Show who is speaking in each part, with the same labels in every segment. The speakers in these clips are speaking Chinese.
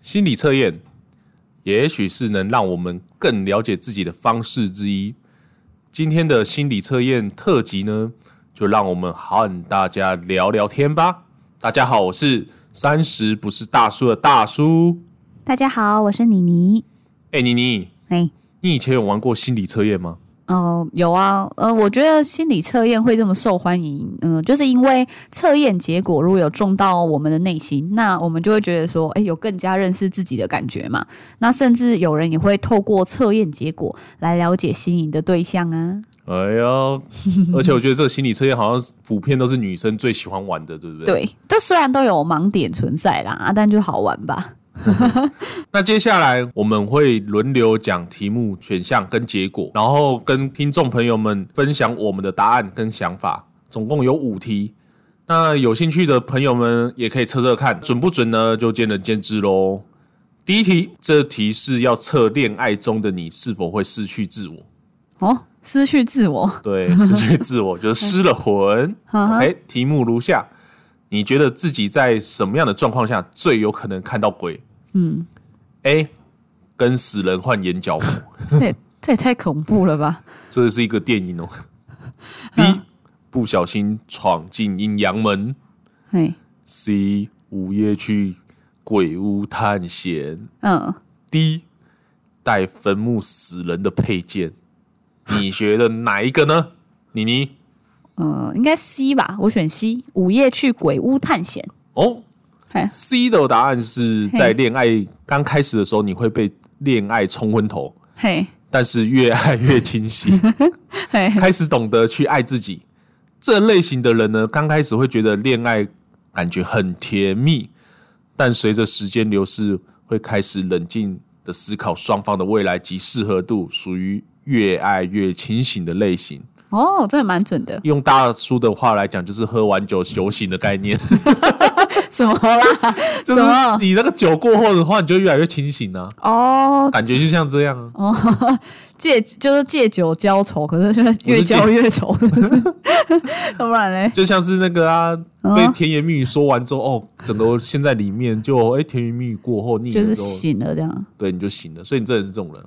Speaker 1: 心理测验也许是能让我们更了解自己的方式之一。今天的心理测验特辑呢，就让我们和大家聊聊天吧。大家好，我是三十不是大叔的大叔。
Speaker 2: 大家好，我是妮妮。
Speaker 1: 哎、妮妮，
Speaker 2: 哎、
Speaker 1: 你以前有玩过心理测验吗？
Speaker 2: 哦，有啊，呃，我觉得心理测验会这么受欢迎，嗯、就是因为测验结果如果有中到我们的内心，那我们就会觉得说，哎，有更加认识自己的感觉嘛。那甚至有人也会透过测验结果来了解心仪的对象啊。
Speaker 1: 哎呀， 而且我觉得这个心理测验好像普遍都是女生最喜欢玩的，对不对？。
Speaker 2: 对，这虽然都有盲点存在啦，啊但就好玩吧。
Speaker 1: 那接下来我们会轮流讲题目、选项跟结果，然后跟听众朋友们分享我们的答案跟想法，总共有五题。那有兴趣的朋友们也可以测测看，准不准呢？就见仁见智喽。第一题，这题是要测恋爱中的你是否会失去自我。
Speaker 2: 哦，失去自 我，
Speaker 1: 对，失去自我就是失了魂。OK，题目如下：你觉得自己在什么样的状况下最有可能看到鬼？嗯，A 跟死人换眼角膜，
Speaker 2: 这也这也太恐怖了吧！
Speaker 1: 这是一个电影哦。B 不小心闯进阴阳门
Speaker 2: 嘿，
Speaker 1: ，C 午夜去鬼屋探险
Speaker 2: 嗯，
Speaker 1: ，D 带坟墓死人的配件。你觉得哪一个呢？妮妮
Speaker 2: 呃，应该 C 吧，我选 C。午夜去鬼屋探险，
Speaker 1: 哦，
Speaker 2: 嘿，
Speaker 1: C 的答案是在恋爱刚开始的时候，你会被恋爱冲昏头，
Speaker 2: 嘿，
Speaker 1: 但是越爱越清 醒，
Speaker 2: 嘿，
Speaker 1: 开始懂得去爱自己。这类型的人呢，刚开始会觉得恋爱感觉很甜蜜，但随着时间流逝，会开始冷静的思考双方的未来及适合度，属于越爱越清醒的类型。
Speaker 2: 哦，这个蛮准的。
Speaker 1: 用大叔的话来讲，就是喝完酒酒醒的概 念，
Speaker 2: 什么啦？
Speaker 1: 就是
Speaker 2: 什么
Speaker 1: 你那个酒过后的话，你就越来越清醒啊。
Speaker 2: 哦，
Speaker 1: 感觉就像这样啊。
Speaker 2: 借就是借酒浇愁，可是就是越浇越 愁，是不是？要不然 嘞？
Speaker 1: 就像是那个啊，
Speaker 2: 哦
Speaker 1: 被甜言蜜语说完之后，哦，整个陷在里面就哎、甜言蜜语过后腻
Speaker 2: 就
Speaker 1: 了
Speaker 2: 是
Speaker 1: 之后，
Speaker 2: 醒了这样。
Speaker 1: 对，你就醒了。所以你真的是这种人，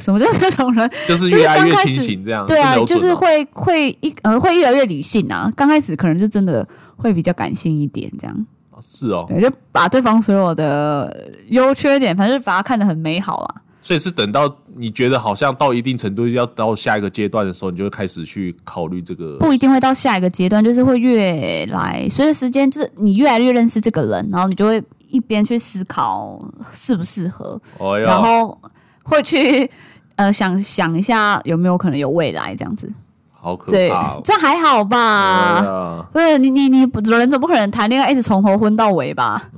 Speaker 2: 什么叫这种人？
Speaker 1: 就是
Speaker 2: 就是
Speaker 1: 越爱
Speaker 2: 刚
Speaker 1: 越
Speaker 2: 开
Speaker 1: 清
Speaker 2: 始
Speaker 1: 醒这样。
Speaker 2: 对
Speaker 1: 真
Speaker 2: 啊
Speaker 1: 的，有
Speaker 2: 就是
Speaker 1: 准吗
Speaker 2: 会会一呃会越来越理性啊。刚开始可能就真的会比较感性一点，这样
Speaker 1: 哦是哦，
Speaker 2: 对，就把对方所有的优缺点，反正就把它看得很美好啊。
Speaker 1: 所以是等到你觉得好像到一定程度要到下一个阶段的时候，你就会开始去考虑这个。
Speaker 2: 不一定会到下一个阶段，就是会越来随着时间，就是你越来越认识这个人，然后你就会一边去思考适不适合，
Speaker 1: 哎
Speaker 2: 然
Speaker 1: 呀，
Speaker 2: 后会去呃想想一下有没有可能有未来这样子。
Speaker 1: 好可
Speaker 2: 对啊
Speaker 1: 怕、哦，。
Speaker 2: 这还好
Speaker 1: 哎
Speaker 2: 吧？
Speaker 1: 呀，
Speaker 2: 对，你你你不人总不可能谈恋爱一直从头昏到尾吧？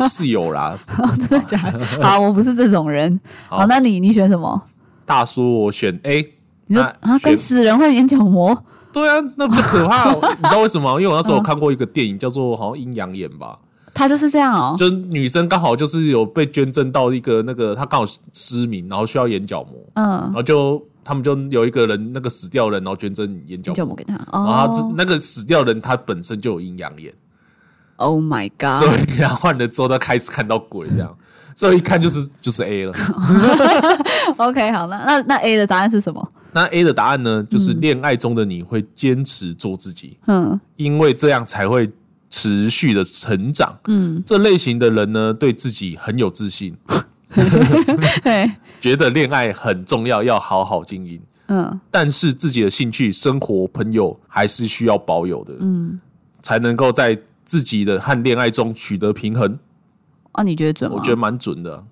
Speaker 1: 啊是有啦。
Speaker 2: 真的假的？好，我不是这种人。
Speaker 1: 嗯好
Speaker 2: 好，那你你选什么？
Speaker 1: 大叔，我选 A。
Speaker 2: 你说
Speaker 1: 啊
Speaker 2: 啊，
Speaker 1: 选
Speaker 2: 跟死人换眼角膜？
Speaker 1: 对啊，那不就可怕？你知道为什么吗？因为我那时
Speaker 2: 嗯
Speaker 1: 候有看过一个电影，叫做好像《阴阳眼》吧。
Speaker 2: 他就是这样哦。
Speaker 1: 就女生刚好就是有被捐赠到一个那个，她刚好失明，然后需要眼角膜，
Speaker 2: 嗯
Speaker 1: 然，后就他们就有一个人那个死掉人，然后捐赠眼角
Speaker 2: 眼角
Speaker 1: 膜，
Speaker 2: 膜给他。
Speaker 1: 然后他自
Speaker 2: 哦
Speaker 1: 那个死掉人他本身就有阴阳眼，
Speaker 2: ，Oh my God！
Speaker 1: 所以他换了之后他开始看到鬼这 样，所以一看就是就是 A 了。
Speaker 2: OK，好，那那那 A 的答案是什么？
Speaker 1: 那 A 的答案呢，就是恋爱中的你会坚持做自己，
Speaker 2: 嗯，
Speaker 1: 因为这样才会持续的成长。
Speaker 2: 嗯，
Speaker 1: 这类型的人呢，对自己很有自信，
Speaker 2: 对，
Speaker 1: 觉得恋爱很重要，要好好经营。
Speaker 2: 嗯，
Speaker 1: 但是自己的兴趣、生活、朋友还是需要保有的，嗯，才能够在自己的和恋爱中取得平衡。
Speaker 2: 啊，你觉得准吗？
Speaker 1: 我觉得，蛮准的，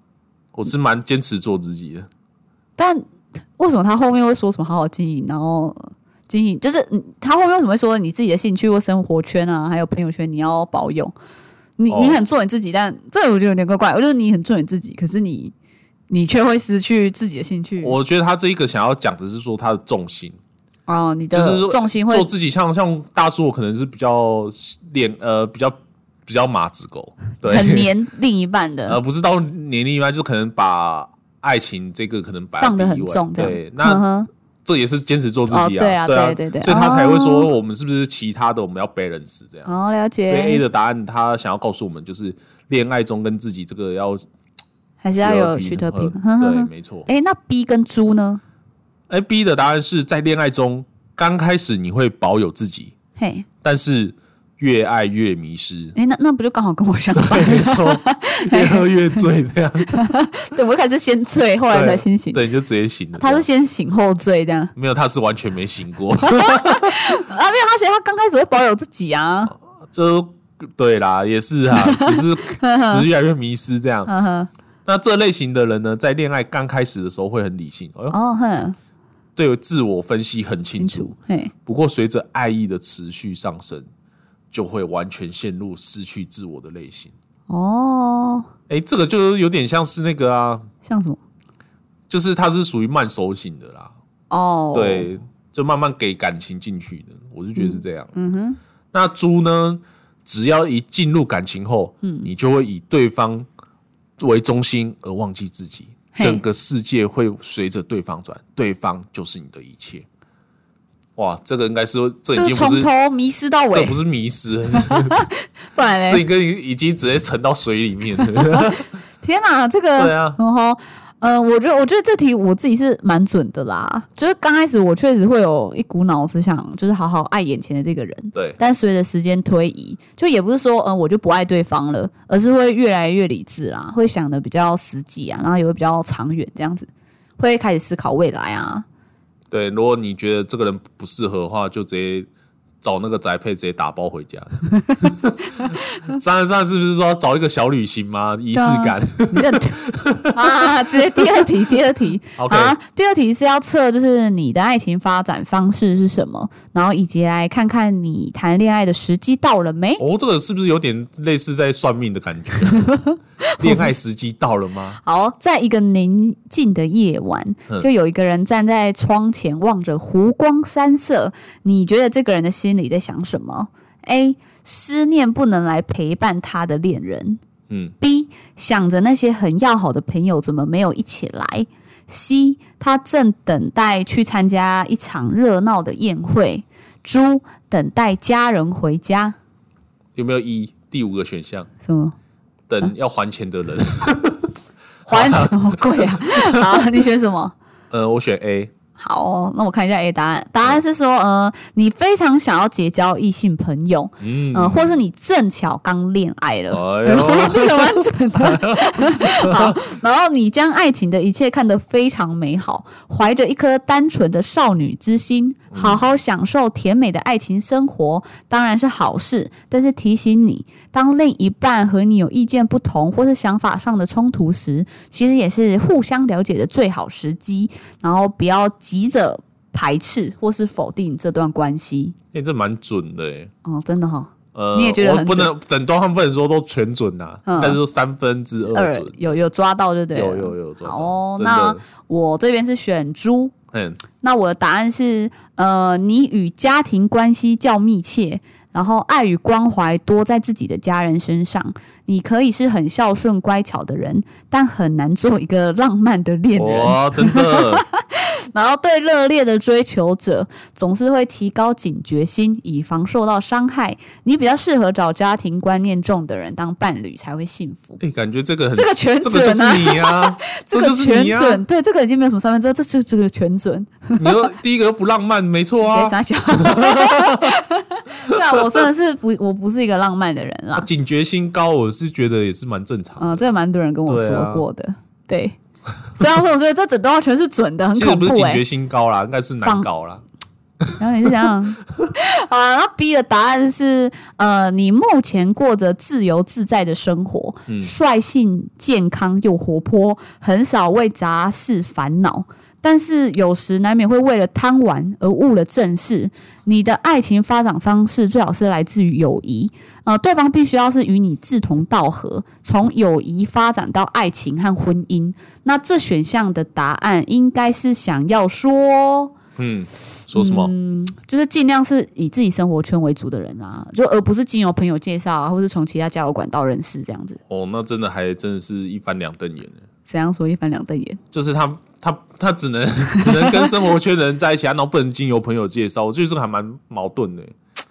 Speaker 1: 我是蛮坚持做自己的。
Speaker 2: 但为什么他后面会说什么好好经营，然后经营就是嗯他后面为什么会说你自己的兴趣或生活圈啊，还有朋友圈你要保有？你
Speaker 1: 哦
Speaker 2: 你很做你自己，但这我觉得有点怪怪。我觉得你很做你自己，可是你你却会失去自己的兴趣。
Speaker 1: 我觉得他这一个想要讲的是说他的重心，
Speaker 2: 哦，你
Speaker 1: 就是
Speaker 2: 的
Speaker 1: 说
Speaker 2: 重心会
Speaker 1: 做自己像像大叔，我可能是比较恋呃比较比较马子 狗，对，
Speaker 2: 很黏另一半
Speaker 1: 呃
Speaker 2: 的，
Speaker 1: 不是到年龄以外，就可能把爱情这个可能摆在
Speaker 2: 放得
Speaker 1: 第一
Speaker 2: 很
Speaker 1: 位
Speaker 2: 重这样
Speaker 1: 对，那
Speaker 2: 嗯哼
Speaker 1: 这也是坚持做自己
Speaker 2: 哦对啊
Speaker 1: 对
Speaker 2: 对对哦对
Speaker 1: 所以他才会说我们是不是其他的我们要 balance 这样。
Speaker 2: 哦，了
Speaker 1: 所以 A
Speaker 2: 解。
Speaker 1: 的答案，他想要告诉我们就是恋爱中跟自己这个要
Speaker 2: 还是要有取得平衡。
Speaker 1: 对，没错。
Speaker 2: 哎，那 B 跟猪呢？
Speaker 1: 哎，B 的答案是在恋爱中刚开始你会保有自己，
Speaker 2: 嘿，。
Speaker 1: 但是越爱越迷失
Speaker 2: 哎，那那不就刚好跟我相 反？
Speaker 1: 没错，越喝越醉这样，
Speaker 2: 对，我一开始先醉， 后来才清醒。
Speaker 1: 对，你就直接醒了。
Speaker 2: 他是先醒后醉这样啊？
Speaker 1: 没有，他是完全没醒过，
Speaker 2: 没有，他觉得他刚开始会保有自己啊。
Speaker 1: 就对啦，也是啊， 只是只是越来越迷失这样。
Speaker 2: 嗯哼，
Speaker 1: 那这类型的人呢，在恋爱刚开始的时候会很理性，哎呦，
Speaker 2: 哦哼，
Speaker 1: 对自我分析很清
Speaker 2: 清
Speaker 1: 楚。
Speaker 2: 楚。嘿，
Speaker 1: 不过，随着爱意的持续上升，就会完全陷入失去自我的类型。
Speaker 2: 哦，
Speaker 1: 哎，这个就有点像是那个啊，
Speaker 2: 像什么？
Speaker 1: 就是它是属于慢熟型的啦，
Speaker 2: 哦，，
Speaker 1: 对，就慢慢给感情进去的。我就觉得是这样。嗯哼，那猪呢？只要一进入感情后，嗯，你就会以对方为中心而忘记自己，
Speaker 2: 嘿
Speaker 1: 整个世界会随着对方转，对方就是你的一切。哇，这个应该是这
Speaker 2: 这
Speaker 1: 已
Speaker 2: 个
Speaker 1: 经不
Speaker 2: 从
Speaker 1: 是
Speaker 2: 头欸迷失到
Speaker 1: 这
Speaker 2: 尾
Speaker 1: 不，是迷失了，
Speaker 2: 不然嘞
Speaker 1: 这？个已经直接沉到水里面了。
Speaker 2: 天哪，这个
Speaker 1: 对啊
Speaker 2: 然后，呃，我觉得我觉得这题我自己是蛮准的啦，就是刚开始我确实会有一股脑子想，就是好好爱眼前的这个人。
Speaker 1: 对，
Speaker 2: 但随着时间推移，就也不是说，嗯、我就不爱对方了，而是会越来越理智啦，会想的比较实际啊，然后也会比较长远这样子，会开始思考未来啊。
Speaker 1: 对，如果你觉得这个人不适合的话，就直接找那个宅配直接打包回 家。上上是不是说找一个小旅行吗？仪式感，
Speaker 2: 你认啊？直接第二题，第二题
Speaker 1: OK
Speaker 2: 啊，第二题是要测，就是你的爱情发展方式是什么，然后以及来看看你谈恋爱的时机到了没。
Speaker 1: 哦，这个是不是有点类似在算命的感觉？啊 恋爱时机到了吗？
Speaker 2: 好，在一个宁静的夜晚，就有一个人站在窗前望着湖光山色。你觉得这个人的心里在想什么？A. 思念不能来陪伴他的恋人。
Speaker 1: 嗯。
Speaker 2: B. 想着那些很要好的朋友怎么没有一起来。C. 他正等待去参加一场热闹的宴会。猪等待家人回家。
Speaker 1: 有没有一第五个选项？
Speaker 2: 什么？
Speaker 1: 等要还钱的人，
Speaker 2: 啊还什么鬼啊？好，你选什么？
Speaker 1: 呃，我选 A。
Speaker 2: 好哦、那我看一下 A 答案，答案是说，呃，你非常想要结交异性朋友，嗯、或是你正巧刚恋爱了。
Speaker 1: 哎呦，
Speaker 2: 这个完整的， 好。然后你将爱情的一切看得非常美好，怀着一颗单纯的少女之心，
Speaker 1: 嗯
Speaker 2: 好好享受甜美的爱情生活，当然是好事。但是提醒你，当另一半和你有意见不同或是想法上的冲突时，其实也是互相了解的最好时机。然后不要急着排斥或是否定这段关系。
Speaker 1: 哎，这蛮准的哎。
Speaker 2: 哦，真的哈、
Speaker 1: 呃，
Speaker 2: 你也觉得
Speaker 1: 我
Speaker 2: 很
Speaker 1: 不
Speaker 2: 准
Speaker 1: 能整段话不能说都全准呐，
Speaker 2: 嗯
Speaker 1: 但是说三分之二
Speaker 2: 二
Speaker 1: 哦准，
Speaker 2: 有有抓到就对了。
Speaker 1: 有有有抓到，
Speaker 2: 好哦
Speaker 1: 真的
Speaker 2: 我这边是选猪，
Speaker 1: 嗯，
Speaker 2: 那我的答案是，呃，你与家庭关系较密切，然后爱与关怀多在自己的家人身上。你可以是很孝顺乖巧的人，但很难做一个浪漫的恋人。
Speaker 1: 哇，真 的，
Speaker 2: 然后对热烈的追求者总是会提高警觉心，以防受到伤害。你比较适合找家庭观念重的人当伴侣，才会幸福。
Speaker 1: 哎，感觉这个很
Speaker 2: 这个全
Speaker 1: 这个就
Speaker 2: 准啊
Speaker 1: 是！你啊， 这
Speaker 2: 这个
Speaker 1: 就是
Speaker 2: 全
Speaker 1: 你啊
Speaker 2: 准，对，这个已经没有什么三分之二，这这这个全准。
Speaker 1: 你又第一个又不浪漫，没错
Speaker 2: 别
Speaker 1: 啊，
Speaker 2: 傻笑。 对啊，我真的是不，我不是一个浪漫的人 啦。
Speaker 1: 警觉心高，我是觉得也是蛮正常
Speaker 2: 嗯、
Speaker 1: 的。
Speaker 2: 这个蛮多人跟我
Speaker 1: 对啊
Speaker 2: 说过的。对，虽然说我觉得这整段话全是准的，很
Speaker 1: 其实
Speaker 2: 恐
Speaker 1: 不是
Speaker 2: 怖欸
Speaker 1: 警
Speaker 2: 哎、
Speaker 1: 觉心高啦，应该是难
Speaker 2: 放
Speaker 1: 搞啦。
Speaker 2: 然后你是怎样？ 好啦，那 B 的答案是，呃，你目前过着自由自在的生活，率性、健康又活泼，很少为杂事烦恼。但是有时难免会为了贪玩而误了正事。你的爱情发展方式最好是来自于友谊，呃，对方必须要是与你志同道合，从友谊发展到爱情和婚姻。那这选项的答案应该是想要说，
Speaker 1: 嗯，说什么？
Speaker 2: 就是尽量是以自己生活圈为主的人啊，就而不是经由朋友介绍啊，或是从其他交友管道认识这样子。
Speaker 1: 哦，那真的还真的是一翻两瞪眼呢
Speaker 2: 怎样说一翻两瞪眼？
Speaker 1: 就是他他他只能 只能跟生活圈的人在一起，然后不能经由朋友介绍，我觉得这个还蛮矛盾的。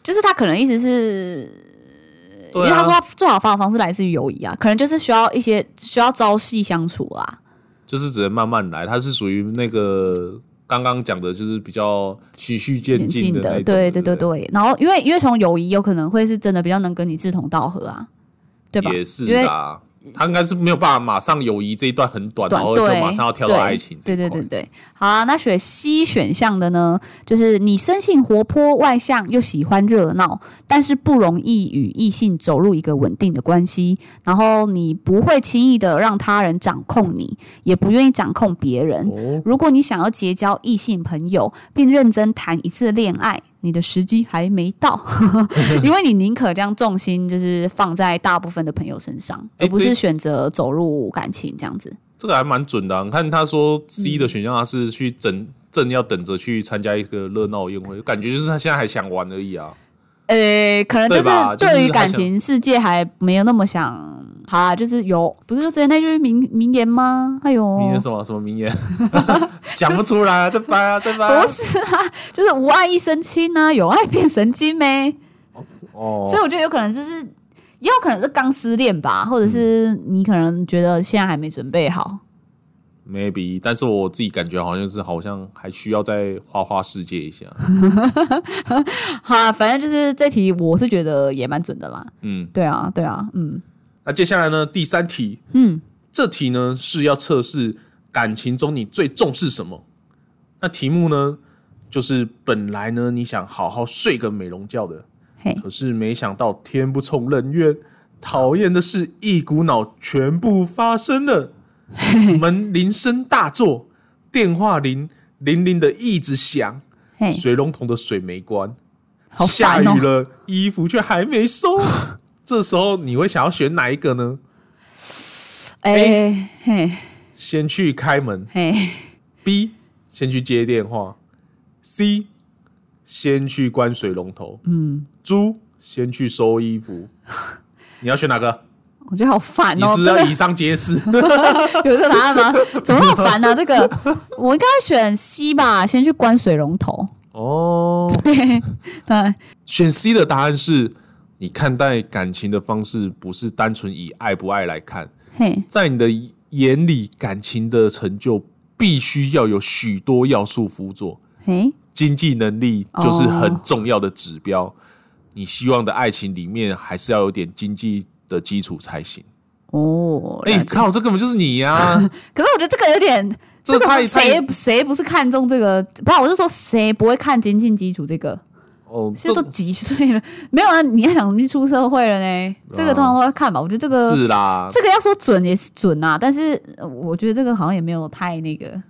Speaker 2: 就是他可能意思是
Speaker 1: 对
Speaker 2: 对
Speaker 1: 啊
Speaker 2: 因为他说他最好方法方式来自于友谊啊，可能就是需要一些需要朝夕相处啊啦。
Speaker 1: 就是只能慢慢来。它是属于那个刚刚讲的，就是比较循序渐进的那
Speaker 2: 的，
Speaker 1: 一种。
Speaker 2: 对
Speaker 1: 对
Speaker 2: 对对
Speaker 1: 不
Speaker 2: 对。然后因为因为从友谊有可能会是真的比较能跟你志同道合啊，对吧？
Speaker 1: 也是
Speaker 2: 因为
Speaker 1: 啦。他应该是没有办法马上友谊这一段很短，然
Speaker 2: 短
Speaker 1: 后就
Speaker 2: 对，
Speaker 1: 马上要跳到
Speaker 2: 对
Speaker 1: 爱情这
Speaker 2: 对
Speaker 1: 一
Speaker 2: 对
Speaker 1: 块
Speaker 2: 对对，好啊。那选 C 选项的呢，就是你生性活泼外向，又喜欢热闹，但是不容易与异性走入一个稳定的关系。然后你不会轻易的让他人掌控你，也不愿意掌控别人。
Speaker 1: 哦，
Speaker 2: 如果你想要结交异性朋友，并认真谈一次恋爱，你的时机还没到， 因为你宁可将重心就是放在大部分的朋友身上，
Speaker 1: 诶
Speaker 2: 而不
Speaker 1: 这
Speaker 2: 是选择走入感情这样子。
Speaker 1: 这个还蛮准的、啊。你看他说 C 的选项，他是去整
Speaker 2: 嗯
Speaker 1: 正要等着去参加一个热闹的宴会，感觉就是他现在还想玩而已啊。
Speaker 2: 呃，可能就
Speaker 1: 对
Speaker 2: 是
Speaker 1: 吧就是
Speaker 2: 对于
Speaker 1: 还
Speaker 2: 感
Speaker 1: 想
Speaker 2: 情世界还没有那么想，好啦，就是有，不是就之前那句名名言吗？哎呦，
Speaker 1: 名言什么什么名言， 想不出来、啊，再翻啊，再翻、啊
Speaker 2: 不。是啊， 就是无爱一身轻啊，有爱变神经呗。
Speaker 1: 哦，
Speaker 2: 所以我觉得有可能就是，也有可能是刚失恋吧，或者是你可能觉得现在还没准备好。
Speaker 1: maybe，但是我自己感觉好像是好像还需要再花花世界一下。
Speaker 2: 好啦，反正就是这题我是觉得也蛮准的啦。
Speaker 1: 嗯，
Speaker 2: 对啊，对啊，嗯
Speaker 1: 那接下来呢，第三题，
Speaker 2: 嗯，
Speaker 1: 这题呢是要测试感情中你最重视什么。那题目呢，就是本来呢你想好好睡个美容觉的，
Speaker 2: 嘿，
Speaker 1: 可是没想到天不从人愿，讨厌的事一股脑全部发生 了。门铃声大作，电话铃铃铃的一直响，
Speaker 2: 嘿，
Speaker 1: 水龙头的水没关，
Speaker 2: 哎好
Speaker 1: 下
Speaker 2: 烦哦
Speaker 1: 雨。了，衣服却还没收。这时候你会想要选哪一个呢？
Speaker 2: 哎、嘿
Speaker 1: 先去开门
Speaker 2: 嘿，
Speaker 1: ，B 先去接电话，C 先去关水龙头，嗯，猪先去收衣服。你要选哪个？
Speaker 2: 我觉得好烦
Speaker 1: 你
Speaker 2: 哦，
Speaker 1: 是不是
Speaker 2: 真的
Speaker 1: 要以上皆是？
Speaker 2: 有这个答案吗？怎么那么烦啊呢、这个我应该选 C 吧，先去关水龙头。呃
Speaker 1: 哦，
Speaker 2: 对，对，
Speaker 1: 选 C 的答案是你看待感情的方式不是单纯以爱不爱来看，
Speaker 2: 嘿，
Speaker 1: 在你的眼里，感情的成就必须要有许多要素辅佐，
Speaker 2: 嘿，
Speaker 1: 经济能力就是很重要的指标。
Speaker 2: 哦
Speaker 1: 你希望的爱情里面还是要有点经济的基础才行。
Speaker 2: 哦，
Speaker 1: 哎、
Speaker 2: 了解
Speaker 1: 靠，这根本就是你呀、
Speaker 2: 可是我觉得这个有点，
Speaker 1: 这
Speaker 2: 这个
Speaker 1: 太
Speaker 2: 是谁谁不是看重这个？不是，我是说谁不会看经济基础这个？
Speaker 1: 哦，
Speaker 2: 现在
Speaker 1: 这
Speaker 2: 都几岁了，没有啊？你要想你出社会了呢，这个通常都要看吧。我觉得这个
Speaker 1: 哦是啊啦，
Speaker 2: 这个要说准也是准啊，但是呃我觉得这个好像也没有太那个。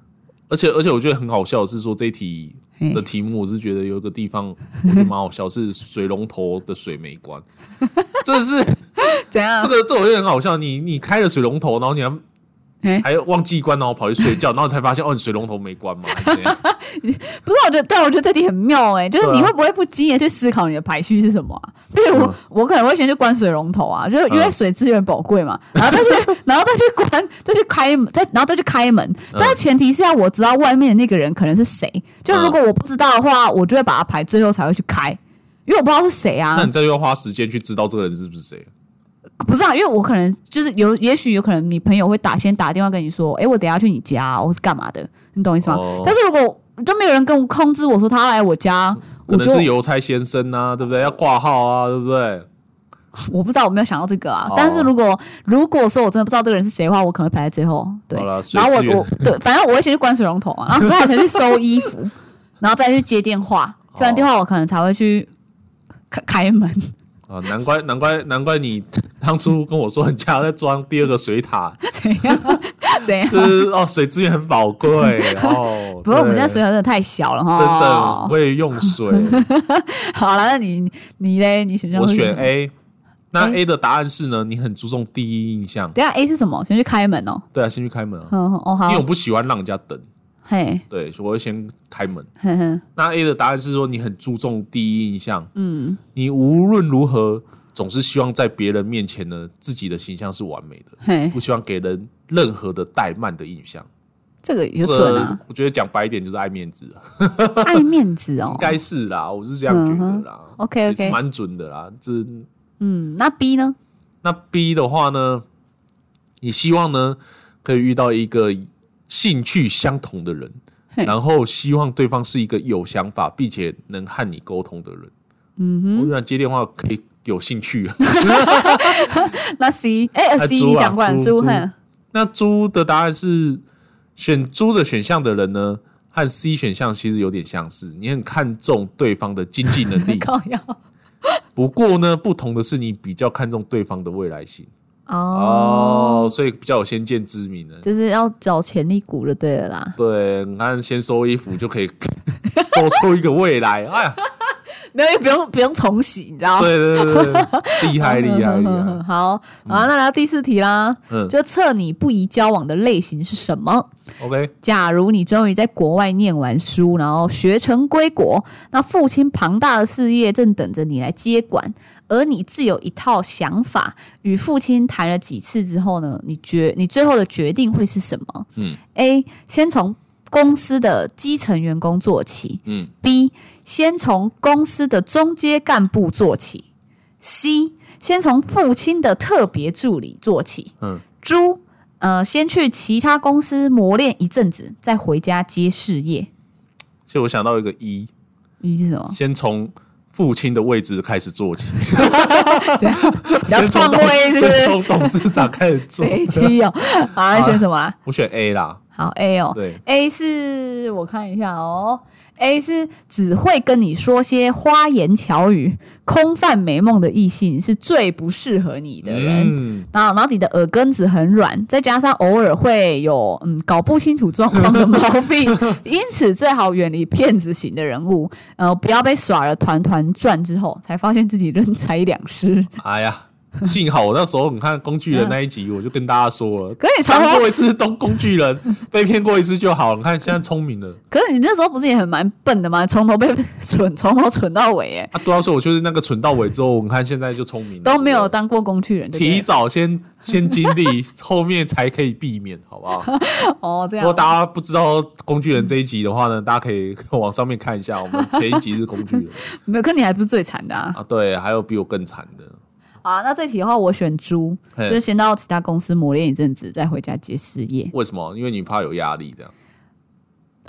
Speaker 1: 而且而且我觉得很好笑的是说这一题
Speaker 2: 嘿
Speaker 1: 的题目，我是觉得有一个地方我觉得蛮好笑，是水龙头的水没关， 真的 是
Speaker 2: 怎样
Speaker 1: 这？个这我觉得很好笑。你你开了水龙头，然后你还
Speaker 2: 嘿
Speaker 1: 还忘记关，然后跑去睡觉，然后才发现哦，你水龙头没关嘛，还是怎 样
Speaker 2: 不是，我觉得，对我觉得这题很妙哎、就是
Speaker 1: 对啊
Speaker 2: 你会不会不经意地去思考你的排序是什么啊？ 比如我、
Speaker 1: 嗯
Speaker 2: 我可能会先去关水龙头啊，就是因为
Speaker 1: 嗯
Speaker 2: 水资源宝贵嘛， 然后再去然后再去关，再去开门，再然后再去开门。
Speaker 1: 嗯
Speaker 2: 但是前提是要我知道外面的那个人可能是谁，就如果我不知道的话，我就会把它排最后才会去开，因为我不知道是谁
Speaker 1: 那
Speaker 2: 啊
Speaker 1: 你，这就要花时间去知道这个人是不是谁。
Speaker 2: 不是啊，因为我可能就是有，也许有可能你朋友会打先打电话跟你说，哎、我等一下去你家、我是干嘛的，你懂我意思吗？
Speaker 1: 哦
Speaker 2: 但是如果就没有人跟我控制我说他要来我家。
Speaker 1: 可
Speaker 2: 我
Speaker 1: 能
Speaker 2: 就是
Speaker 1: 邮差先生啊，对不对？要挂号啊，对不对？
Speaker 2: 我不知道，我没有想到这个啊。
Speaker 1: 哦
Speaker 2: 但是如果如果说我真的不知道这个人是谁的话，我可能会排在最后。对
Speaker 1: 好啦，水
Speaker 2: 然后
Speaker 1: 资源
Speaker 2: 我我对，反正我会先去关水龙头 啊，然后之后才去收衣服，然后再去接电话。
Speaker 1: 哦
Speaker 2: 接完电话，我可能才会去开开门。
Speaker 1: 啊，难怪难怪难怪你 当初跟我说你家在装第二个水塔，
Speaker 2: 怎 样？怎样？
Speaker 1: 就是哦，水资源很宝贵哦。
Speaker 2: 不过我们
Speaker 1: 对
Speaker 2: 现在水塔真的哦太小了哈。
Speaker 1: 真的很会用 水，
Speaker 2: 好了，那你你嘞？你选项
Speaker 1: 我
Speaker 2: 是
Speaker 1: 选
Speaker 2: 什么。
Speaker 1: A。那
Speaker 2: A
Speaker 1: A 的答案是呢？你很注重第一印象，
Speaker 2: 等一下 A 是什么？先去开门哦。
Speaker 1: 对啊，先去开门啊，
Speaker 2: 嗯哦
Speaker 1: 因
Speaker 2: 好
Speaker 1: 为，我不喜欢让人家等，
Speaker 2: 嘿，
Speaker 1: 对，所以我会先开门。
Speaker 2: 哼哼，
Speaker 1: 那 A 的答案是说你很注重第一印象，嗯，你无论如何总是希望在别人面前呢，自己的形象是完美的，
Speaker 2: 嘿，
Speaker 1: 不希望给人任何的怠慢的印象。
Speaker 2: 这个有
Speaker 1: 这
Speaker 2: 准
Speaker 1: 个
Speaker 2: 啊，
Speaker 1: 我觉得讲白一点就是爱面子啊，
Speaker 2: 爱面子哦
Speaker 1: 应。该是啦，我是这样觉得啦，
Speaker 2: OK
Speaker 1: 也是
Speaker 2: OK，
Speaker 1: 蛮准的啦，这
Speaker 2: 嗯，那 B 呢？
Speaker 1: 那 B 的话呢，你希望呢可以遇到一个兴趣相同的人，
Speaker 2: 嘿
Speaker 1: 然后希望对方是一个有想法并且能和你沟通的人。嗯哼，我原来接电话可以有兴趣。
Speaker 2: 那 C，哎、呃
Speaker 1: 啊
Speaker 2: c
Speaker 1: 猪啊
Speaker 2: 你讲过来，
Speaker 1: 猪猪
Speaker 2: 猪哼，
Speaker 1: 那猪的答案是选猪的选项的人呢，和 C 选项其实有点相似，你很看重对方的经济能 力，
Speaker 2: 靠腰。
Speaker 1: 不过呢，不同的是你比较看重对方的未来性
Speaker 2: 哦，
Speaker 1: 哦，所以比较有先见之明呢。
Speaker 2: 就是要找潜力股就对了啦。
Speaker 1: 对，你看，先收衣服就可以 收出一个未来，哎呀，
Speaker 2: 没有，也不用不用重洗，你知道吗？
Speaker 1: 对对对对，厉害厉害厉害，
Speaker 2: 好啊，那来到第四题啦，
Speaker 1: 嗯
Speaker 2: 就测你不宜交往的类型是什么？
Speaker 1: ，OK，
Speaker 2: 假如你终于在国外念完书，然后学成归国，那父亲庞大的事业正等着你来接管，而你自有一套想法。与父亲谈了几次之后呢，你决你最后的决定会是什么？
Speaker 1: 嗯
Speaker 2: ，A 先从公司的基层员工做起
Speaker 1: 嗯，
Speaker 2: ，B 先从公司的中阶干部做起，C 先从父亲的特别助理做起。
Speaker 1: 嗯，
Speaker 2: 猪呃先去其他公司磨练一阵子，再回家接事业。
Speaker 1: 所以我想到一个一，
Speaker 2: 你是什么？
Speaker 1: 先从父亲的位置开始做 起，
Speaker 2: 比较创威是不
Speaker 1: 先
Speaker 2: 是？
Speaker 1: 从董事长开始 做，
Speaker 2: 飞机哦，好，那选什么啊？
Speaker 1: 我选 A 啦，
Speaker 2: 好 A 哦
Speaker 1: 对，
Speaker 2: ，A 是我看一下哦，A 是只会跟你说些花言巧语、空泛美梦的异性是最不适合你的人。
Speaker 1: 嗯，
Speaker 2: 然后，然后你的耳根子很软，再加上偶尔会有嗯搞不清楚状况的毛 病，因此最好远离骗子型的人物，呃，不要被耍了团团转之后，才发现自己人财两失。
Speaker 1: 哎呀，幸好我那时候你看工具人那一集，我就跟大家说了。
Speaker 2: 可是你从
Speaker 1: 当
Speaker 2: 头，
Speaker 1: 过一次东工具人， 被骗过一次就好。你看现在聪明了
Speaker 2: 可是你那时候不是也很蛮笨的吗？从头被蠢， 从头蠢到尾，哎，
Speaker 1: 啊！对啊，所以我就是那个蠢到尾之后，你看现在就聪明了，
Speaker 2: 都没
Speaker 1: 对不啊
Speaker 2: 有
Speaker 1: 对
Speaker 2: 当过工具人，对不
Speaker 1: 提
Speaker 2: 对？
Speaker 1: 早 先先经历，后面才可以避免，好不好？
Speaker 2: 哦，
Speaker 1: 如
Speaker 2: 这样
Speaker 1: 果。大家不知道工具人这一集的话呢，大家可以 往上面看一下，我们前一集是工具人
Speaker 2: 没有，可你还不是最惨的啊！
Speaker 1: 啊，对，还有比我更惨的，
Speaker 2: 好啊，那这题的话，我选猪，
Speaker 1: 嘿
Speaker 2: 就是先到其他公司磨练一阵子，再回家接事业。
Speaker 1: 为什么？因为你怕有压力，这样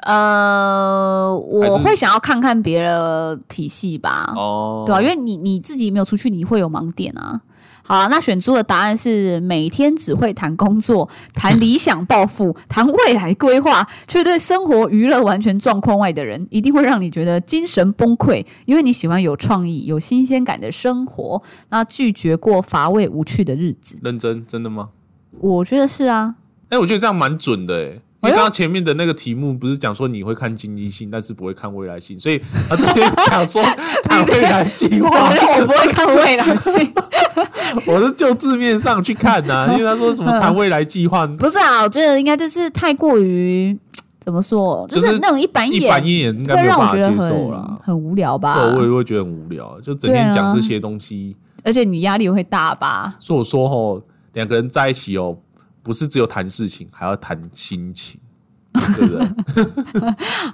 Speaker 2: 呃，
Speaker 1: 还是
Speaker 2: 我会想要看看别的体系吧，
Speaker 1: 哦，
Speaker 2: 对吧、因为你你自己没有出去，你会有盲点啊。好啊，那选出的答案是每天只会谈工作、谈理想抱 负、谈未来规划，却对生活娱乐完全状况外的人，一定会让你觉得精神崩溃。因为你喜欢有创意、有新鲜感的生活，那拒绝过乏味无趣的日子。
Speaker 1: 认真真的吗？
Speaker 2: 我觉得是啊，
Speaker 1: 哎、我觉得这样蛮准的、哎。因
Speaker 2: 哎
Speaker 1: 为
Speaker 2: 呦
Speaker 1: 刚刚前面的那个题目不是讲说你会看经济性，但是不会看未来性，所以他这边 讲说看未来计
Speaker 2: 我
Speaker 1: 划，
Speaker 2: 觉得我不会看未来性。
Speaker 1: 我是就字面上去看呐、因为他说什
Speaker 2: 嗯
Speaker 1: 么谈未来计划，
Speaker 2: 不是啊，我觉得应该就是太过于怎么说，就
Speaker 1: 就是
Speaker 2: 是那种一板
Speaker 1: 一
Speaker 2: 眼，
Speaker 1: 板一眼应该
Speaker 2: 哎会
Speaker 1: 没有
Speaker 2: 让我
Speaker 1: 办法
Speaker 2: 觉得
Speaker 1: 接受
Speaker 2: 很
Speaker 1: 啦。
Speaker 2: 很无聊吧。
Speaker 1: 对，我也会觉得很无聊，就整
Speaker 2: 啊
Speaker 1: 天讲这些东西。
Speaker 2: 而且你压力会大吧？
Speaker 1: 所以我说吼，两个人在一起哦，不是只有谈事情，还要谈心情，对 不对？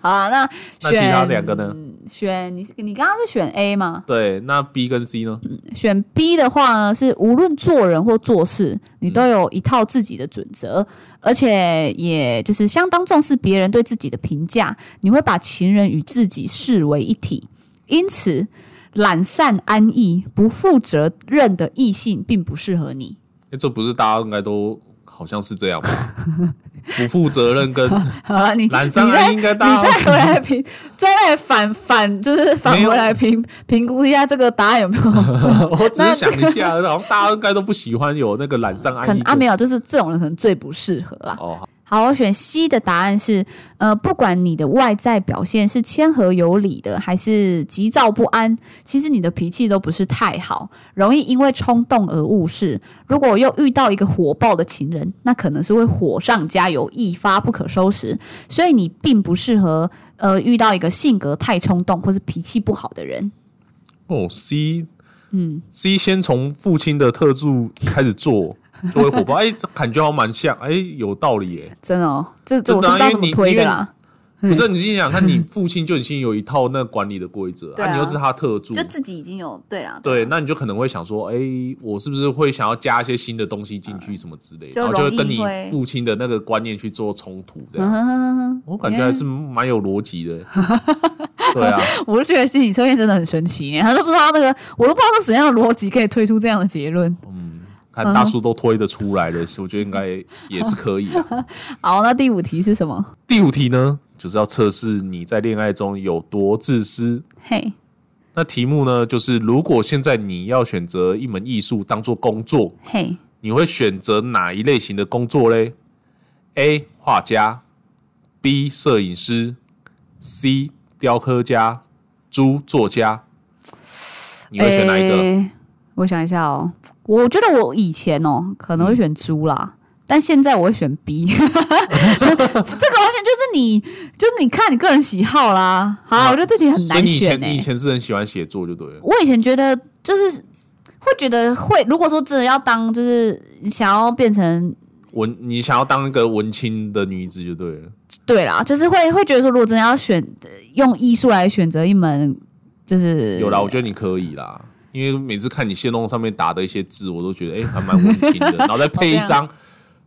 Speaker 2: 好啊，那
Speaker 1: 那
Speaker 2: 选
Speaker 1: 其他两个呢？
Speaker 2: 选你你刚刚是选 A 吗？
Speaker 1: 对，那 B 跟 C 呢？
Speaker 2: 选 B 的话呢，是无论做人或做事，你都有一套自己的准则，而且也就是相当重视别人对自己的评价，你会把情人与自己视为一体，因此懒散、安逸、不负责任的异性并不适合你。
Speaker 1: 诶哎这不是大家应该都好像是这样吧？不负责任 跟
Speaker 2: 好了，你
Speaker 1: 懒散
Speaker 2: 你再
Speaker 1: 安逸应该
Speaker 2: 你
Speaker 1: 大家
Speaker 2: 再回来评， 再来反反就是反
Speaker 1: 没有
Speaker 2: 回来评评估一下这个答案有 没有
Speaker 1: 我只是想一下，好像大家应该都不喜欢有那个懒散
Speaker 2: 可
Speaker 1: 安
Speaker 2: 能
Speaker 1: 逸
Speaker 2: 啊？
Speaker 1: 症。
Speaker 2: 没有，就是这种人可能最不适合啦。
Speaker 1: 哦，好
Speaker 2: 好，我选 C 的答案是，呃，不管你的外在表现是谦和有礼的，还是急躁不安，其实你的脾气都不是太好，容易因为冲动而误事。如果又遇到一个火爆的情人，那可能是会火上加油，一发不可收拾。所以你并不适合，呃，遇到一个性格太冲动或是脾气不好的人。
Speaker 1: 哦，C，嗯，C 先从父亲的特助开始 做，作为火爆，哎、这感觉好像蛮像，哎、有道理耶、
Speaker 2: 真的哦，这这
Speaker 1: 真
Speaker 2: 我
Speaker 1: 的
Speaker 2: 是
Speaker 1: 啊
Speaker 2: 不知
Speaker 1: 因
Speaker 2: 道
Speaker 1: 为
Speaker 2: 怎么
Speaker 1: 你
Speaker 2: 推的
Speaker 1: 因为
Speaker 2: 啦。
Speaker 1: 不是你心想看，你父亲就已经有一套那管理的规则，
Speaker 2: 对啊
Speaker 1: 你又是他特助
Speaker 2: 就，自己已经有对啦，
Speaker 1: 对，那你就可能会想说，哎、我是不是会想要加一些新的东西进去什么之类的，
Speaker 2: 就
Speaker 1: 然后就会跟
Speaker 2: 容易
Speaker 1: 你
Speaker 2: 会
Speaker 1: 父亲的那个观念去做冲突这样。
Speaker 2: 嗯，
Speaker 1: 我感觉还是蛮有逻辑 的，对啊，
Speaker 2: 我就觉得心理测验真的很神奇，他都不知道那个，我都不知道是什么样的逻辑可以推出这样的结论。
Speaker 1: 看大叔都推得出来了，我觉得应该也是可以啊。
Speaker 2: 好，那第五题是什么？
Speaker 1: 第五题呢，就是要测试你在恋爱中有多自私。
Speaker 2: 嘿，
Speaker 1: 那题目呢，就是如果现在你要选择一门艺术当做工作，
Speaker 2: 嘿，
Speaker 1: 你会选择哪一类型的工作嘞？A. 画家，B. 摄影师，C. 雕刻家，D. 作家。你会选哪一个？
Speaker 2: 诶我想一下哦，我觉得我以前哦可
Speaker 1: 嗯
Speaker 2: 能会选猪啦，但现在我会选 B。这个 完全就是你，就是你看你个人喜好啦。好啦，我觉得这题很
Speaker 1: 所以
Speaker 2: 难
Speaker 1: 你以
Speaker 2: 选
Speaker 1: 前
Speaker 2: 诶、
Speaker 1: 你以前是很喜欢写作就对了。
Speaker 2: 我以前觉得就是会觉得会，如果说真的要当，就是想要变成
Speaker 1: 文，你想要当一个文青的女子就对了。
Speaker 2: 对啦，就是会会觉得说，如果真的要选呃用艺术来选择一门，就是
Speaker 1: 有啦，我觉得你可以啦，因为每次看你线动上面打的一些字，我都觉得哎、诶还蛮文 青的，然后再配一张。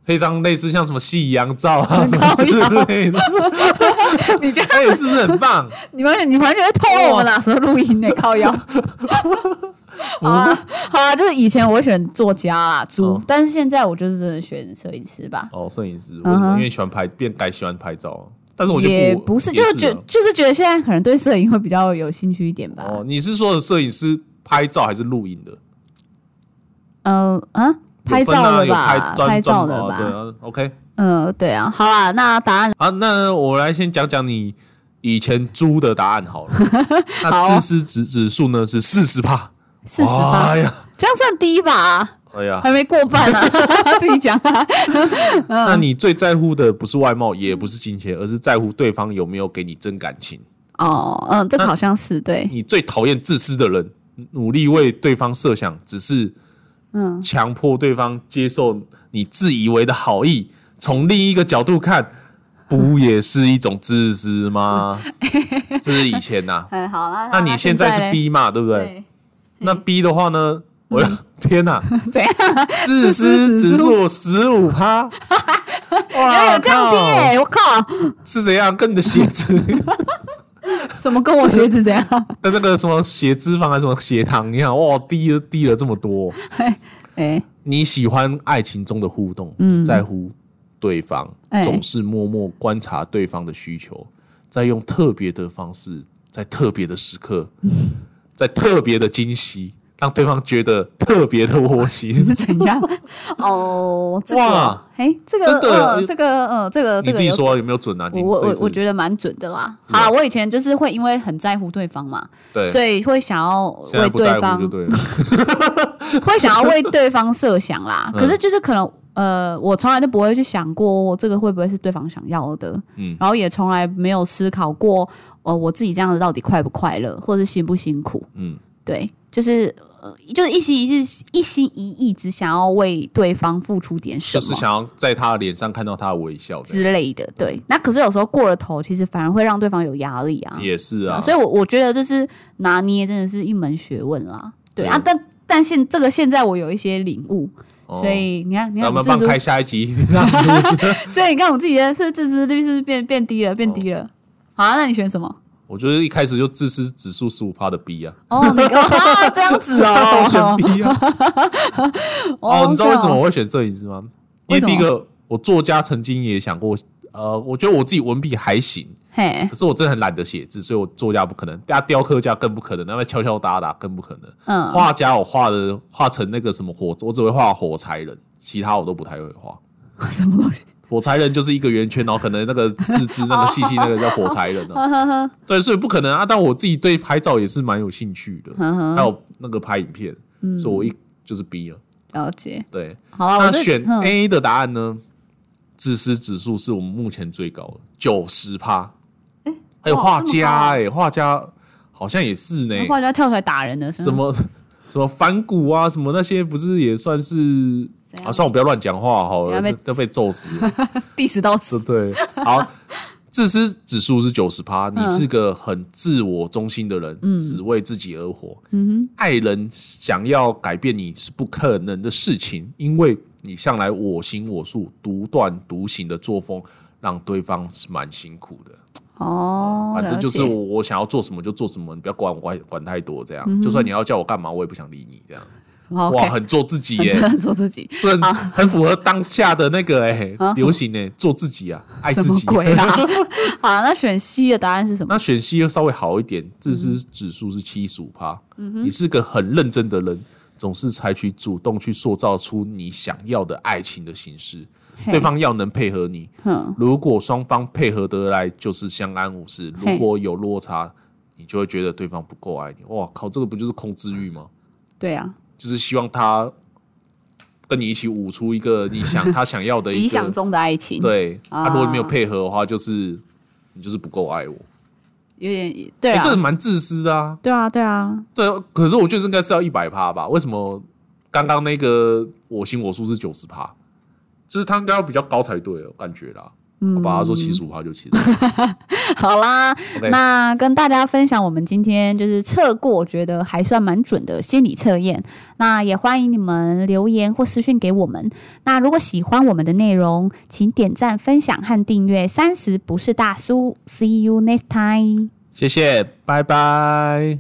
Speaker 1: 配一张类似像什么夕阳照啊什么之类的，
Speaker 2: 你这样，
Speaker 1: 哎、是不是很棒？
Speaker 2: 你完全你完全会透露我们哪时候录音呢、 靠腰。
Speaker 1: 嗯
Speaker 2: 好啊，好啊，就是以前我会选作家啦，猪，
Speaker 1: 哦
Speaker 2: 但是现在我就是真的选摄影师吧。
Speaker 1: 哦，摄影师，为
Speaker 2: 嗯
Speaker 1: 什
Speaker 2: 哼
Speaker 1: 么？因为喜欢拍，变改喜欢拍照啊。但是我觉
Speaker 2: 也
Speaker 1: 得
Speaker 2: 不是，
Speaker 1: 也
Speaker 2: 就是
Speaker 1: 是
Speaker 2: 觉
Speaker 1: 啊
Speaker 2: 就是觉得现在可能对摄影会比较有兴趣一点吧。
Speaker 1: 哦，你是说的摄影师拍照还是录影的？
Speaker 2: 嗯啊，拍
Speaker 1: 有分
Speaker 2: 照
Speaker 1: 啊
Speaker 2: 的
Speaker 1: 有拍
Speaker 2: 吧，
Speaker 1: 专
Speaker 2: 拍照
Speaker 1: 专
Speaker 2: 的
Speaker 1: 哦
Speaker 2: 吧，
Speaker 1: 对啊，OK。
Speaker 2: 嗯，对啊，好啊，那答案
Speaker 1: 好，那我来先讲讲你以前租的答案好 了。
Speaker 2: 好啊
Speaker 1: 那自私指指数呢是四十帕，
Speaker 2: 四十嗯八
Speaker 1: 哎，呀，
Speaker 2: 这样算低吧？
Speaker 1: 哎呀，
Speaker 2: 还没过半呢、啊，自 己讲啊。
Speaker 1: 那你最在乎的不是外貌，也不是金钱，而是在乎对方有没有给你真感情。
Speaker 2: 哦，嗯，这个
Speaker 1: 那
Speaker 2: 好像是对，
Speaker 1: 你最讨厌自私的人，努力为对方设想，只是嗯，强迫对方接受你自以为的好意。从另一个角度看，不也是一种自私 吗？这是以前呐、
Speaker 2: 嗯，好啦
Speaker 1: 哎那你现在是 B 嘛，对不对？
Speaker 2: 对，
Speaker 1: 那
Speaker 2: 嗯
Speaker 1: B 的话呢？我要天哪，
Speaker 2: 怎样？
Speaker 1: 自私
Speaker 2: 指
Speaker 1: 指数十五趴，
Speaker 2: 要
Speaker 1: 哇，
Speaker 2: 哎有降低
Speaker 1: 靠
Speaker 2: 耶、我靠，
Speaker 1: 是怎样？跟你的鞋子，
Speaker 2: 什么跟我鞋子怎样？
Speaker 1: 跟那个什么血脂肪还是什么血糖一样，哇，低了低了这么多。
Speaker 2: 哎、
Speaker 1: 你喜欢爱情中的互动，
Speaker 2: 嗯
Speaker 1: 在乎对方，
Speaker 2: 哎
Speaker 1: 总是默默观察对方的需求，再用特别的方式，在特别的时 刻，在特别的惊喜，让对方觉得特别的窝心。
Speaker 2: 是怎 样？哦， 这个
Speaker 1: 哇，
Speaker 2: 哎、这个，
Speaker 1: 真的
Speaker 2: 呃，这个，呃，这个，
Speaker 1: 你
Speaker 2: 这
Speaker 1: 自
Speaker 2: 个
Speaker 1: 己
Speaker 2: 有
Speaker 1: 说有没有准啊？
Speaker 2: 我我我
Speaker 1: 得
Speaker 2: 我觉得蛮准的啦。
Speaker 1: 吧
Speaker 2: 好啦，我以前就是会因为很在乎对方嘛，
Speaker 1: 对，
Speaker 2: 所以会想要
Speaker 1: 现在
Speaker 2: 为
Speaker 1: 不在
Speaker 2: 对
Speaker 1: 乎就
Speaker 2: 方，
Speaker 1: 对了。
Speaker 2: 会想要为对方设想啦。
Speaker 1: 嗯
Speaker 2: 可是就是可能，呃，我从来都不会去想过这个会不会是对方想要的，
Speaker 1: 嗯
Speaker 2: 然后也从来没有思考过，呃，我自己这样子到底快不快乐，或者辛不辛苦。
Speaker 1: 嗯，
Speaker 2: 对，就是呃，就是一心一意，一心一意只想要为对方付出点
Speaker 1: 就
Speaker 2: 什么。
Speaker 1: 是想要在他的脸上看到他的微笑这样，
Speaker 2: 之类的，对。那可是有时候过了头，其实反而会让对方有压力啊。
Speaker 1: 也是啊。
Speaker 2: 所以我，我觉得就是拿捏真的是一门学问啦。对啊，
Speaker 1: 对
Speaker 2: 但但现这个现在我有一些领悟，
Speaker 1: 嗯哦
Speaker 2: 所以你看，你
Speaker 1: 那
Speaker 2: 看
Speaker 1: 我
Speaker 2: 我
Speaker 1: 们
Speaker 2: 自
Speaker 1: 放
Speaker 2: 私，
Speaker 1: 开下一集， 那
Speaker 2: 所以你看我自己的是自私率是变变低了，变低了。
Speaker 1: 哦
Speaker 2: 好、啊，那你选什么？
Speaker 1: 我觉得一开始就自私指数十五趴的 B 啊，
Speaker 2: 哦，你跟我、 啊、这样子哦，
Speaker 1: 我 选 B 啊。哦，你知道为什么
Speaker 2: 这样
Speaker 1: 我会选摄影师吗？因
Speaker 2: 为
Speaker 1: 为
Speaker 2: 什么
Speaker 1: 第一个，我作家曾经也想过，呃，我觉得我自己文笔还行，
Speaker 2: 嘿，
Speaker 1: 可是我真的很懒得写字，所以我作家不可能，大雕刻家更不可能，那么敲敲打打更不可能。
Speaker 2: 嗯，
Speaker 1: 画家我画的画成那个什么火，我只会画火柴人，其他我都不太会画。
Speaker 2: 什么东西？
Speaker 1: 火柴人就是一个圆圈，然后可能那个四肢那个细细那个叫火柴人啊。对，所以不可能啊。但我自己对拍照也是蛮有兴趣的，还有那个拍影片，所以我一就是 B 了。
Speaker 2: 了解。
Speaker 1: 对，
Speaker 2: 好啊，
Speaker 1: 那
Speaker 2: 我是
Speaker 1: 选
Speaker 2: 嗯
Speaker 1: A 的答案呢？自私指数是我们目前最高的九十趴。还有
Speaker 2: 哇
Speaker 1: 画
Speaker 2: 这么高
Speaker 1: 家，
Speaker 2: 啊
Speaker 1: 哎，画家好像也是呢。
Speaker 2: 画家跳出来打人的，是吗
Speaker 1: 什么什么反骨啊，什么那些不是也算是
Speaker 2: 怎样
Speaker 1: 啊？算了我不要乱讲话好
Speaker 2: 等
Speaker 1: 了
Speaker 2: 下被，
Speaker 1: 都被揍死了。
Speaker 2: 第十道
Speaker 1: 对
Speaker 2: 死？
Speaker 1: 对，好，自私指数是九十趴，你
Speaker 2: 嗯
Speaker 1: 是个很自我中心的人，只为自己而活。
Speaker 2: 嗯
Speaker 1: 爱人想要改变你是不可能的事情，因为你向来我行我素、独断独行的作风，让对方是蛮辛苦的。
Speaker 2: 哼，哦，
Speaker 1: 反正就是
Speaker 2: 了解
Speaker 1: 我我想要做什么就做什么，你不要管我管管太多，这样、就算你要叫我干嘛，我也不想理你这样。
Speaker 2: 好
Speaker 1: 哇，
Speaker 2: 嗯，OK，
Speaker 1: 很做自己耶、
Speaker 2: 真的 做自己，
Speaker 1: 这很符合当下的那个哎、
Speaker 2: 啊
Speaker 1: 流行哎、做自己啊，爱
Speaker 2: 什
Speaker 1: 自
Speaker 2: 么
Speaker 1: 己。
Speaker 2: 鬼啦？好啊啦，那选 C 的答案是什么？
Speaker 1: 那选 C 又稍微好一点，自私
Speaker 2: 嗯
Speaker 1: 指数是七十五趴。你是个很认真的人，总是采取主动去塑造出你想要的爱情的形式，
Speaker 2: 嘿
Speaker 1: 对，方要能配合你。
Speaker 2: 嗯，
Speaker 1: 如果双方配合得来，就是相安无事；
Speaker 2: 嘿
Speaker 1: 如果有落差，你就会觉得对方不够爱你。哇靠，这个不就是控制欲吗？
Speaker 2: 对啊，
Speaker 1: 就是希望他跟你一起舞出一个你想他想要的一
Speaker 2: 理想
Speaker 1: 个。
Speaker 2: 中的爱情，，
Speaker 1: 对，他、
Speaker 2: 啊
Speaker 1: 如果你没有配合的话，就是你就是不够爱我。
Speaker 2: 有点对
Speaker 1: 哎、
Speaker 2: 啊
Speaker 1: 这，蛮自私的啊。
Speaker 2: 对啊，对啊，
Speaker 1: 对，可是我觉得应该是要一百趴吧？为什么刚刚那个我行我素是九十趴？就是他应该要比较高才对，我感觉啦。好吧，他说七十五趴就七十。
Speaker 2: 好啦
Speaker 1: OK
Speaker 2: 那跟大家分享我们今天就是测过，觉得还算蛮准的心理测验。那也欢迎你们留言或私讯给我们。那如果喜欢我们的内容，请点赞、分享和订阅。三十不是大叔，See you next time。
Speaker 1: 谢谢，拜拜。